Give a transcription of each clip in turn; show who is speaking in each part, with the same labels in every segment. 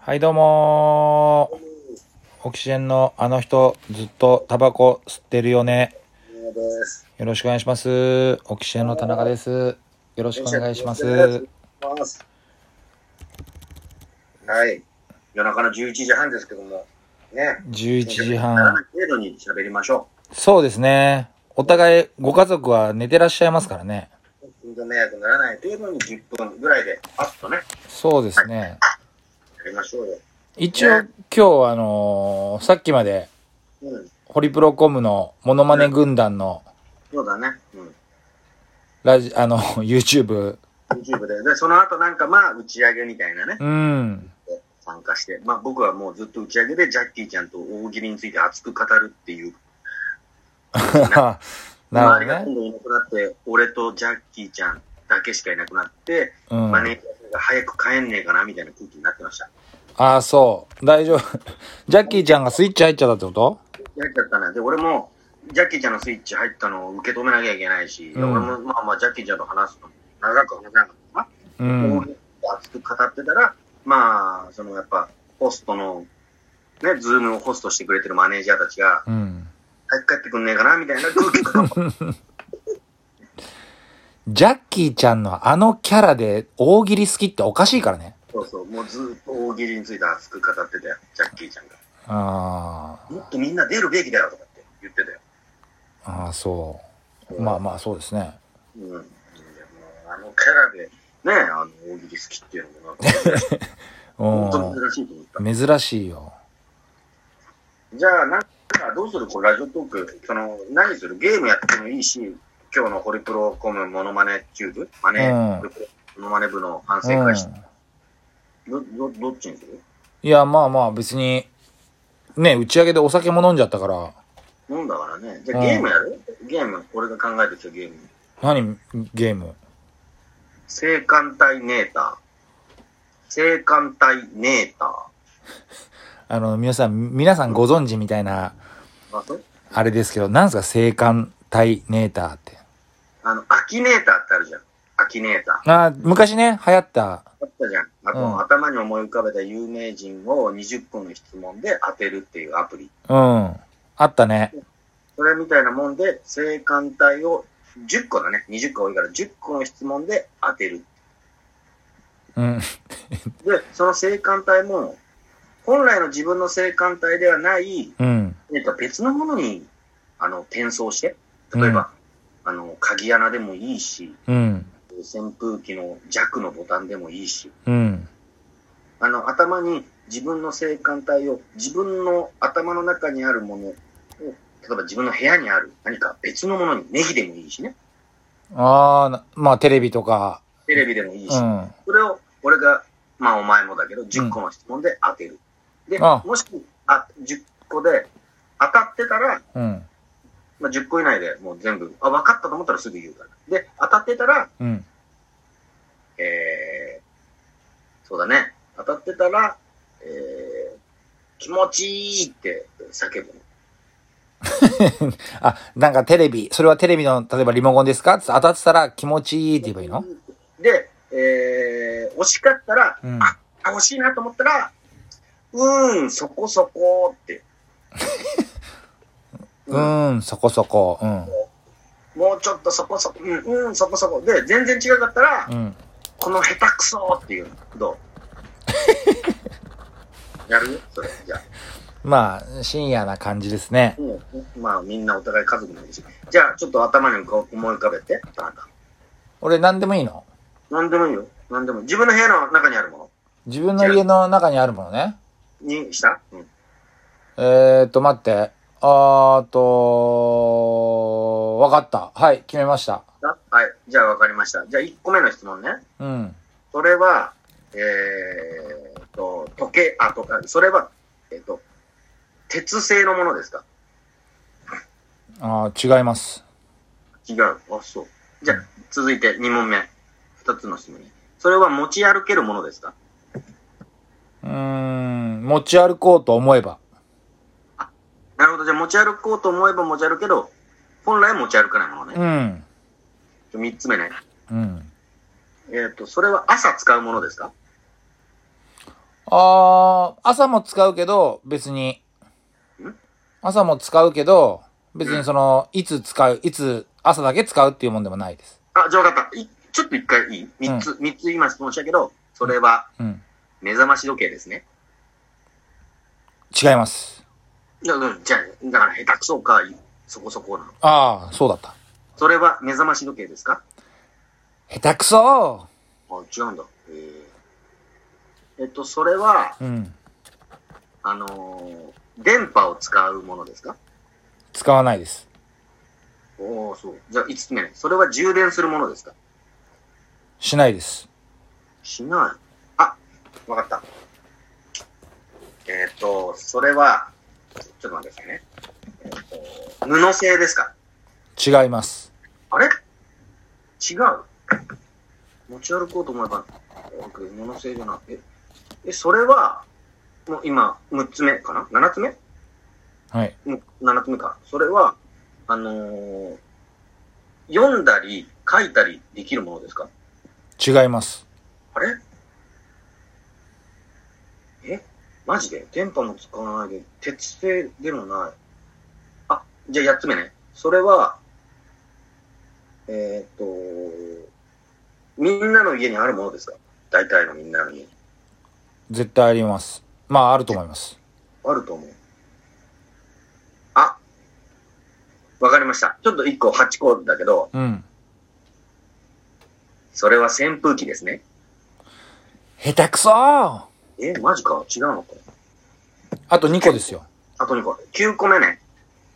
Speaker 1: はい、どうもーオキシエンのあの人、ずっとタバコ吸ってるよね。
Speaker 2: です。
Speaker 1: よろしくお願いします。オキシエンの田中です。よろしくお願いしま
Speaker 2: よろし
Speaker 1: す
Speaker 2: く。お願いしますはい。夜中の11時半ですけども、ね。
Speaker 1: 11時
Speaker 2: ならな
Speaker 1: 半。
Speaker 2: い程度に喋りましょ
Speaker 1: そうですね。お互い、ご家族は寝てらっしゃいますからね。
Speaker 2: う。運動迷惑にならない程度に10分ぐらいで、パッとね、
Speaker 1: そうですね。
Speaker 2: やりましょうよ。
Speaker 1: 一応、今日、あのーさっきまで、
Speaker 2: うん。
Speaker 1: ホリプロコムのモノマネ軍団の、
Speaker 2: そうだね。うん。
Speaker 1: ラジ、あの、YouTube、
Speaker 2: YouTube で。で、その後なんかまあ、打ち上げみたいなね、
Speaker 1: うん、
Speaker 2: 参加して。まあ、僕はもうずっと打ち上げで、ジャッキーちゃんと大喜利について熱く語るっていう。
Speaker 1: なる
Speaker 2: 周りが
Speaker 1: ほどね。
Speaker 2: 今度いなくなって、俺とジャッキーちゃんだけしかいなくなって、
Speaker 1: うん。
Speaker 2: マネージャーが早く帰んねえかなみたいな空気になってました。
Speaker 1: ああ、そう。大丈夫。ジャッキーちゃんがスイッチ入っちゃったってこと
Speaker 2: やっちゃったな。で、俺も、ジャッキーちゃんのスイッチ入ったのを受け止めなきゃいけないし、
Speaker 1: うん
Speaker 2: 俺も、まあまあ、ジャッキーちゃんと話すのも長く話せなかったな。
Speaker 1: う。
Speaker 2: うんん、熱く語ってたら、まあ、そのやっぱ、ホストの、ね、ズームをホストしてくれてるマネージャーたちが、
Speaker 1: うん。
Speaker 2: 早く帰ってくんねえかなみたいな空気 が。
Speaker 1: ジャッキーちゃんのあのキャラで大喜利好きっておかしいからね。
Speaker 2: そうそう、もうずっと大喜利について熱く語ってたよ、ジャッキーちゃんが。
Speaker 1: あー
Speaker 2: もっとみんな出るべきだよとかって言ってたよ。
Speaker 1: あー、そう。まあまあ、そうですね。
Speaker 2: うん。でもあのキャラで、ね、あの、大喜利好きっていうのもなんか、本当
Speaker 1: う
Speaker 2: に珍しいと思った。
Speaker 1: ん。珍しいよ。
Speaker 2: じゃあ、なんか、どうするこれラジオトーク、その、何するゲームやってもいいし、今日のホリプロコムモノマネチューブマネ、
Speaker 1: うん
Speaker 2: ホリプロモノマネ部の反省
Speaker 1: う
Speaker 2: 会
Speaker 1: ん
Speaker 2: し、。ど、ど、どっちにする
Speaker 1: いや、まあまあ、別に、ね、打ち上げでお酒も飲んじゃったから、
Speaker 2: もんだからね。じゃ
Speaker 1: う
Speaker 2: あ
Speaker 1: ん
Speaker 2: ゲームやる、ゲーム、俺が考えてきたゲーム。
Speaker 1: 何ゲーム
Speaker 2: 性感帯ネーター。性感帯ネーター。
Speaker 1: あの、皆さん、皆さんご存知みたいな、
Speaker 2: あ、そう
Speaker 1: あれですけど、なんすか、性感体ネーターって。
Speaker 2: あの、アキネーターってあるじゃん。アキネーター。
Speaker 1: あー昔ね、流行った。
Speaker 2: あったじゃん。あと、
Speaker 1: うん
Speaker 2: 頭に思い浮かべた有名人を20分の質問で当てるっていうアプリ。
Speaker 1: うん。あったね。
Speaker 2: それみたいなもんで、性感帯を10個だね。20個多いから10個の質問で当てる。
Speaker 1: うん。
Speaker 2: で、その性感帯も、本来の自分の性感帯ではない、
Speaker 1: うん。
Speaker 2: えっと、別のものに、あの、転送して、例えば、あの、鍵穴でもいいし、
Speaker 1: うん。
Speaker 2: 扇風機の弱のボタンでもいいし、
Speaker 1: うん。
Speaker 2: あの、頭に自分の性感帯を、自分の頭の中にあるものを、例えば自分の部屋にある何か別のものに、ネギでもいいしね、
Speaker 1: ああ、なまあテレビとか。
Speaker 2: テレビでもいいし、
Speaker 1: うん。
Speaker 2: それを俺が、まあお前もだけど、10個の質問で当てる。で、
Speaker 1: あ
Speaker 2: もしあ10個で当たってたら、
Speaker 1: うん。
Speaker 2: まあ、10個以内でもう全部、あ、分かったと思ったらすぐ言うから。で、当たってたら、
Speaker 1: うん。
Speaker 2: えー、そうだね、当たってたら、えー、気持ちいいって叫ぶの。
Speaker 1: あ、なんかテレビ、それはテレビの、例えばリモコンですかつって当たってたら気持ちいいって言えばいいの
Speaker 2: で、えー、惜しかったら、
Speaker 1: うん。
Speaker 2: あ、惜しいなと思ったら、うーん、そこそこって。
Speaker 1: うーん、そこそこ。う
Speaker 2: もうちょっとそこそこ、うん、うん、そこそこ。で、全然違かったら、
Speaker 1: ん。うん。
Speaker 2: この下手くそっていうの。 どうやるそれ。じゃあ。
Speaker 1: まあ、深夜な感じですね。
Speaker 2: うん。まあ、みんなお互い家族なんですじゃあ、ちょっと頭に思い浮かべて。田中
Speaker 1: 俺何でもいいの
Speaker 2: なんでもいいよ。なんでもいい。自分の部屋の中にあるも
Speaker 1: 自分の家の中にあるものね。
Speaker 2: のにしたうん。
Speaker 1: えーっと、待って。あーっと、わかった。はい、決めました。
Speaker 2: あはい。じゃあ、わかりました。じゃあ、1個目の質問ね。
Speaker 1: うん。
Speaker 2: それは、えーっと、時計、あ、とか、それは、えーっと、鉄製のものですか
Speaker 1: あー違います。
Speaker 2: 違う。あ、そう。じゃあ、続いて2問目。2つの質問ね。それは持ち歩けるものですか
Speaker 1: うーん、持ち歩こうと思えば。
Speaker 2: なるほど。じゃあ、持ち歩こうと思えば持ち歩くけど、本来は持ち歩かないも
Speaker 1: う
Speaker 2: のね。
Speaker 1: ん。
Speaker 2: 3つ目ね。
Speaker 1: うん。
Speaker 2: えーっと、それは朝使うものですか
Speaker 1: あああ、朝も使うけど、別に
Speaker 2: ん。
Speaker 1: 朝も使うけど、別にその、いつ使う、いつ、朝だけ使うっていうもんでもないです。
Speaker 2: あ、じゃあ分かった。いちょっと一回いい三つ、三、つ今質問したけど、それは
Speaker 1: うん。
Speaker 2: 目覚まし時計ですね。
Speaker 1: 違います。
Speaker 2: いやうんじゃあ、だから下手くそか、そこそこなの。
Speaker 1: ああ、そうだった。
Speaker 2: それは目覚まし時計ですか
Speaker 1: 下手くそ
Speaker 2: あ、違うんだ。えーえっと、それは、
Speaker 1: うん。
Speaker 2: あのー電波を使うものですか
Speaker 1: 使わないです。
Speaker 2: おおそう。じゃあ、5つ目ね。それは充電するものですか
Speaker 1: しないです。
Speaker 2: しない。あ、わかった。えっ、と、それは、ちょっと待ってくださいね。えっ、と、布製ですか
Speaker 1: 違います。
Speaker 2: あれ違う。持ち歩こうと思えば、えー布製じゃない。え、え、それは、もう今、6つ目かな ?7 つ目
Speaker 1: はい。
Speaker 2: うん7つ目か。それは、あのー読んだり、書いたりできるものですか
Speaker 1: 違います。
Speaker 2: あれえマジで電波も使わないで、鉄製でもない。あ、じゃあ8つ目ね。それは、えーっと、みんなの家にあるものですか大体のみんなの家に。
Speaker 1: 絶対あります。まあ、あると思います。
Speaker 2: あると思う。あ、わかりました。ちょっと1個8個だけど、
Speaker 1: うん。
Speaker 2: それは扇風機ですね。
Speaker 1: 下手くそあ
Speaker 2: え、マジか違うのか
Speaker 1: と2個ですよ。
Speaker 2: あと2個。9個目ね。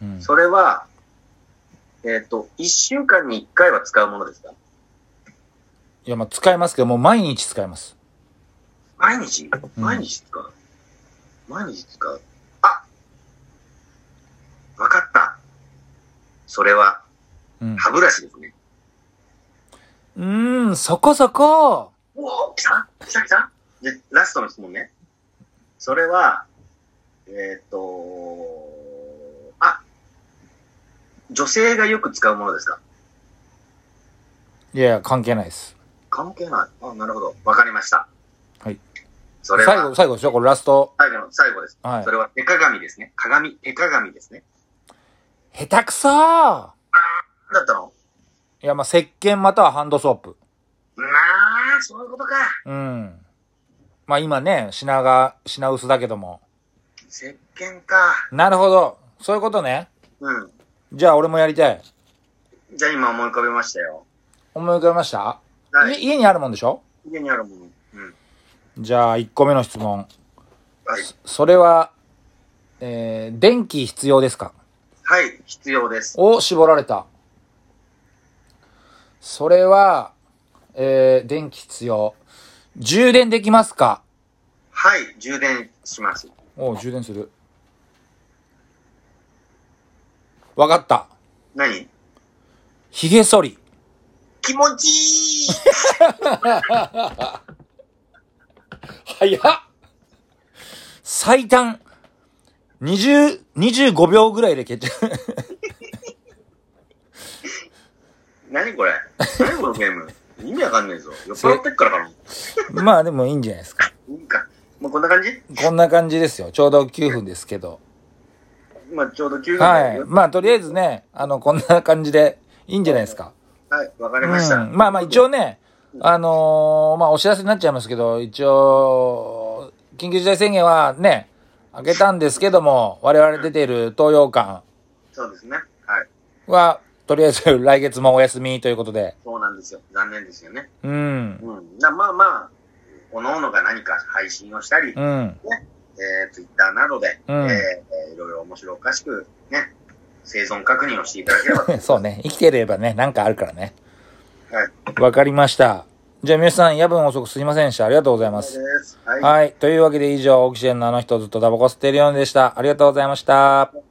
Speaker 1: うん。
Speaker 2: それは、えっ、と、一週間に一回は使うものですか
Speaker 1: いや、まあ、使いますけど、もう毎日使います。
Speaker 2: 毎日
Speaker 1: うん
Speaker 2: 毎日使う、毎日使うあわかった。それは
Speaker 1: うん。
Speaker 2: 歯ブラシですね。
Speaker 1: うーん、そこそこ
Speaker 2: おお来た来た来たで、ラストの質問ね。それは、えっ、と、あ女性がよく使うものですか
Speaker 1: いやいや、関係ないです。
Speaker 2: 関係ない。あ、なるほど。わかりました。
Speaker 1: はい。
Speaker 2: それは
Speaker 1: 最後、最後でしょこれラスト。
Speaker 2: 最後の最後です。
Speaker 1: はい
Speaker 2: それは手鏡ですね。鏡、手鏡ですね。
Speaker 1: 下手くそー
Speaker 2: なんだったの
Speaker 1: いや、まあ、石鹸またはハンドソープ。
Speaker 2: まあ、そういうことか。
Speaker 1: うん。まあ、今ね、品が、品薄だけども。
Speaker 2: 石鹸か。
Speaker 1: なるほど。そういうことね。
Speaker 2: うん。
Speaker 1: じゃあ、俺もやりたい。
Speaker 2: じゃあ今思い浮かべましたよ。
Speaker 1: 思い浮かべました、
Speaker 2: はい。
Speaker 1: い家にあるもんでしょ
Speaker 2: 家にあるもの。うん。
Speaker 1: じゃあ、1個目の質問。
Speaker 2: はい。
Speaker 1: それは、えー、電気必要ですか
Speaker 2: はい、必要です。
Speaker 1: を絞られた。それは、えー、電気必要。充電できますか
Speaker 2: はい、充電します。
Speaker 1: おう充電する。わかった。
Speaker 2: 何
Speaker 1: 髭剃り。
Speaker 2: 気 持ちいい
Speaker 1: 早っ最短、20、25秒ぐらいで決着。
Speaker 2: 何これ何このゲーム意味わかんねえぞ。酔っ払ってっからか な。
Speaker 1: まあでもいいんじゃないですか。
Speaker 2: いいか。もうこんな感じ
Speaker 1: こんな感じですよ。ちょうど9分ですけど。
Speaker 2: まあちょうど9分
Speaker 1: はい。
Speaker 2: よ
Speaker 1: まあとりあえずね、あの、こんな感じでいいんじゃないですか。
Speaker 2: はい、わかりました。
Speaker 1: うん、まあまあ一応ね、あのーまあお知らせになっちゃいますけど、一応、緊急事態宣言はね、開けたんですけども、我々出ている東洋館
Speaker 2: そうですね。はい。
Speaker 1: は、とりあえず 来月もお休みということで、
Speaker 2: そうなんですよ。残念ですよね。
Speaker 1: うん、
Speaker 2: うん、なまあまあ、おのおのが何か配信をしたり、
Speaker 1: う
Speaker 2: え
Speaker 1: ん、
Speaker 2: ー、ツイッターなどで、
Speaker 1: うん
Speaker 2: えーえーいろいろ面白おかしく、ね、生存確認をしていただければと。
Speaker 1: そうね、生きていればね、なんかあるからね。
Speaker 2: はい。
Speaker 1: わかりました。じゃあ皆さん、夜分遅くすいませんでした。ありがとうございます。
Speaker 2: です。はい。
Speaker 1: はい。というわけで以上、オキシエンのあの人ずっとタバコ吸っているようでした。ありがとうございました。
Speaker 2: ありがとうございました